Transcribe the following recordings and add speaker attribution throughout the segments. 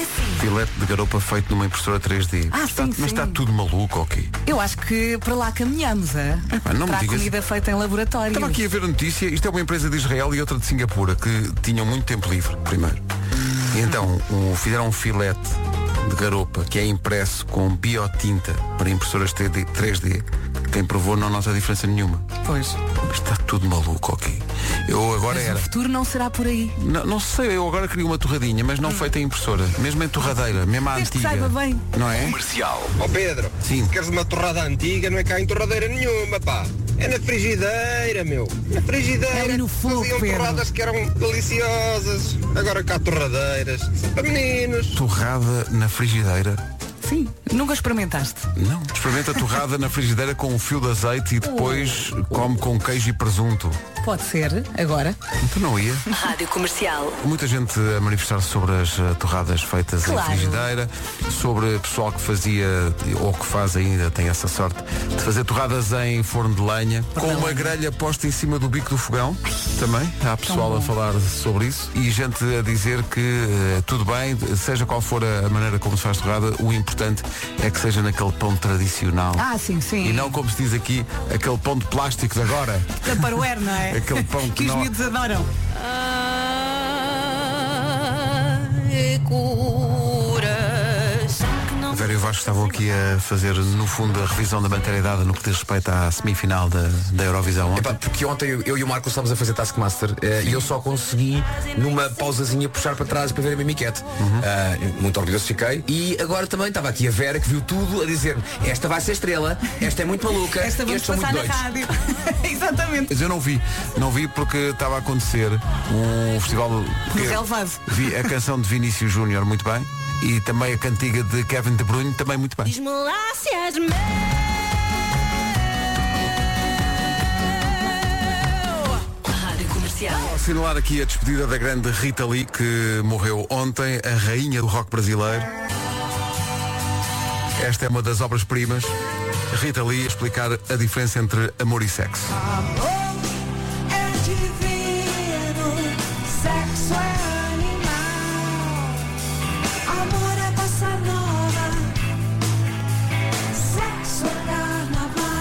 Speaker 1: estilete de garopa feito numa impressora 3D.
Speaker 2: Ah,
Speaker 1: mas, está,
Speaker 2: sim,
Speaker 1: mas
Speaker 2: sim.
Speaker 1: está tudo maluco ok?
Speaker 2: Eu acho que para lá caminhamos, é?
Speaker 1: pá, não me
Speaker 2: para a
Speaker 1: digas-
Speaker 2: comida feita em laboratório.
Speaker 1: Estava aqui a ver a notícia, isto é uma empresa de Israel e outra de Singapura que tinham muito tempo livre, primeiro. E então um- fizeram um filete de garopa que é impresso com biotinta para impressoras 3D, 3D. Quem provou não nota diferença nenhuma.
Speaker 2: Pois.
Speaker 1: Mas está tudo maluco ok? Eu agora
Speaker 2: Mas o
Speaker 1: era.
Speaker 2: futuro não será por aí.
Speaker 1: Não, não sei, eu agora queria uma torradinha, mas não feita em impressora. Mesmo em torradeira, mesmo à
Speaker 2: Hum. Desde que
Speaker 1: antiga.
Speaker 2: saiba bem.
Speaker 1: Não é?
Speaker 3: Comercial.
Speaker 4: Ó Pedro,
Speaker 1: Sim.
Speaker 4: se queres uma torrada antiga, não é cá em torradeira nenhuma, pá. É na frigideira, meu. Na frigideira.
Speaker 2: É no fogo,
Speaker 4: Faziam
Speaker 2: Pedro.
Speaker 4: torradas que eram deliciosas. Agora cá torradeiras. Para meninos.
Speaker 1: Torrada na frigideira.
Speaker 2: Sim. Nunca experimentaste.
Speaker 1: Não. Experimenta torrada na frigideira com um fio de azeite e depois come com queijo e presunto.
Speaker 2: Pode ser, agora.
Speaker 1: Então não ia.
Speaker 5: Rádio Comercial.
Speaker 1: Muita gente a manifestar sobre as eh, torradas feitas
Speaker 5: Claro.
Speaker 1: em frigideira, sobre pessoal que fazia, ou que faz ainda, tem essa sorte, de fazer torradas em forno de lenha, com uma grelha posta em cima do bico do fogão. Também há pessoal a falar sobre isso. E gente a dizer que eh, tudo bem, seja qual for a a maneira como se faz torrada, o importante é que seja naquele pão tradicional.
Speaker 2: Ah, sim, sim.
Speaker 1: E não como se diz aqui, aquele pão de plástico de agora.
Speaker 2: Da Paruer, não é?
Speaker 1: Aquele pão que
Speaker 2: os
Speaker 1: não-
Speaker 2: miúdos adoram.
Speaker 1: Vera e o Vasco estavam aqui a fazer, no fundo, a revisão da bancariedade no que diz respeito à semifinal da, da Eurovisão ontem.
Speaker 6: Epá, porque ontem eu, eu e o Marco estávamos a fazer Taskmaster eh, e eu só consegui, numa pausazinha, puxar para trás para ver a mimiquete.
Speaker 1: Uhum.
Speaker 6: Ah, muito orgulhoso fiquei. E agora também estava aqui a Vera, que viu tudo, a dizer esta vai ser estrela, esta é muito maluca,
Speaker 2: Esta vamos
Speaker 6: estes são
Speaker 2: passar
Speaker 6: muito
Speaker 2: na
Speaker 6: doidos.
Speaker 2: rádio. Exatamente.
Speaker 1: Mas eu não vi, não vi porque estava a acontecer um festival
Speaker 2: No relevado.
Speaker 1: Vi a canção de Vinícius Júnior muito bem e também a cantiga de Kevin De Bruyne também muito bem.
Speaker 7: Diz-me lá se és
Speaker 5: Rádio Comercial.
Speaker 1: Assinalar aqui a despedida da grande Rita Lee que morreu ontem, a rainha do rock brasileiro. Esta é uma das obras-primas. Rita Lee a explicar a diferença entre amor e sexo.
Speaker 7: é Sexo é animal, amor é bossa nova, sexo é carnaval.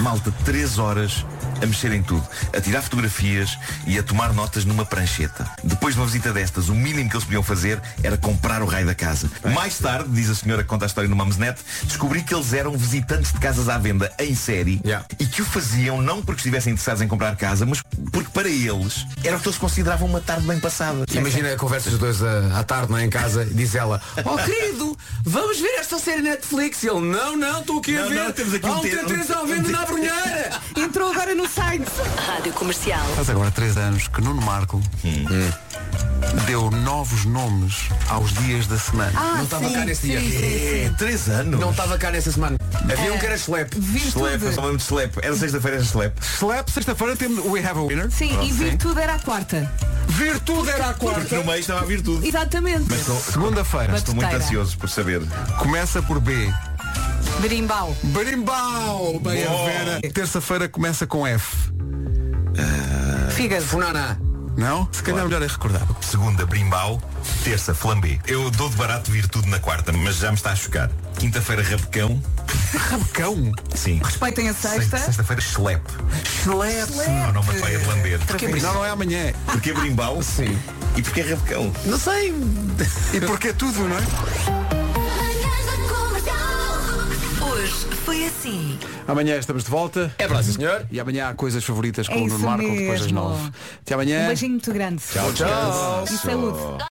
Speaker 8: Malta, três horas a mexer em tudo, a tirar fotografias e a tomar notas numa prancheta. Depois de uma visita destas, o mínimo que eles podiam fazer era comprar o raio da casa. Mais tarde, diz a senhora que conta a história no Mamesnet, descobri que eles eram visitantes de casas à venda em série
Speaker 6: Yeah.
Speaker 8: e que o faziam não porque estivessem interessados em comprar casa, mas porque para eles era o que eles consideravam uma tarde bem passada.
Speaker 6: Imagina a conversa dos dois ah, à tarde, não é, em casa, e diz ela, oh querido, vamos ver esta série Netflix. E ele, não, não, estou aqui a
Speaker 8: Não,
Speaker 6: ver.
Speaker 8: não, temos aqui
Speaker 6: Há
Speaker 8: um
Speaker 6: um
Speaker 8: te-
Speaker 6: T3 à
Speaker 8: um-
Speaker 6: venda na brunheira.
Speaker 2: Entrou agora no site.
Speaker 5: Rádio Comercial.
Speaker 1: Faz agora três anos que Nuno Marco
Speaker 6: Hum.
Speaker 1: deu novos nomes aos dias da semana.
Speaker 2: Ah.
Speaker 6: não estava cá nesse dia.
Speaker 8: É, três anos.
Speaker 6: Não estava cá nessa semana. Havia um que era schlep.
Speaker 8: Slap, eu
Speaker 2: Virtude.
Speaker 8: só me lembro de Slap. Era sexta-feira era Slap.
Speaker 1: Slap, sexta-feira temos We Have a Winner.
Speaker 2: Sim, e virtude era a quarta.
Speaker 1: Virtude era a
Speaker 8: Porque no
Speaker 1: quarta.
Speaker 8: meio estava a virtude.
Speaker 2: Exatamente.
Speaker 8: Mas estou,
Speaker 6: Oh,
Speaker 1: Segunda-feira
Speaker 8: estou muito
Speaker 2: Batuteira.
Speaker 8: ansioso por saber.
Speaker 1: começa por B.
Speaker 2: Berimbau.
Speaker 1: Berimbau! Bem a
Speaker 8: Bom.
Speaker 1: Vera. Terça-feira começa com F.
Speaker 2: Fígado.
Speaker 6: Funaná.
Speaker 1: Não? Se calhar melhor é recordar.
Speaker 8: Segunda, brimbau. Terça, flambé. Eu dou de barato virtude na quarta, mas já me está a chocar. Quinta-feira, rabecão.
Speaker 1: Rabecão.
Speaker 8: Sim.
Speaker 2: Respeitem a sexta.
Speaker 8: Se- Sexta-feira, schlep.
Speaker 1: Slap.
Speaker 8: Não, não me apanha de lamber. Porquê, brim-
Speaker 1: Não, não é amanhã.
Speaker 8: porquê brimbau?
Speaker 6: Sim.
Speaker 8: E porquê rabecão?
Speaker 6: Não sei.
Speaker 1: E porque é tudo, não é?
Speaker 7: Manhãs da comercial,
Speaker 5: Hoje foi assim.
Speaker 1: Amanhã estamos de volta.
Speaker 6: É para senhor.
Speaker 1: E amanhã há coisas favoritas com
Speaker 2: É
Speaker 1: o Nuno
Speaker 2: isso
Speaker 1: Marco depois das
Speaker 2: mesmo.
Speaker 1: nove. Até amanhã.
Speaker 2: Um beijinho muito grande.
Speaker 6: Tchau.
Speaker 2: E saúde.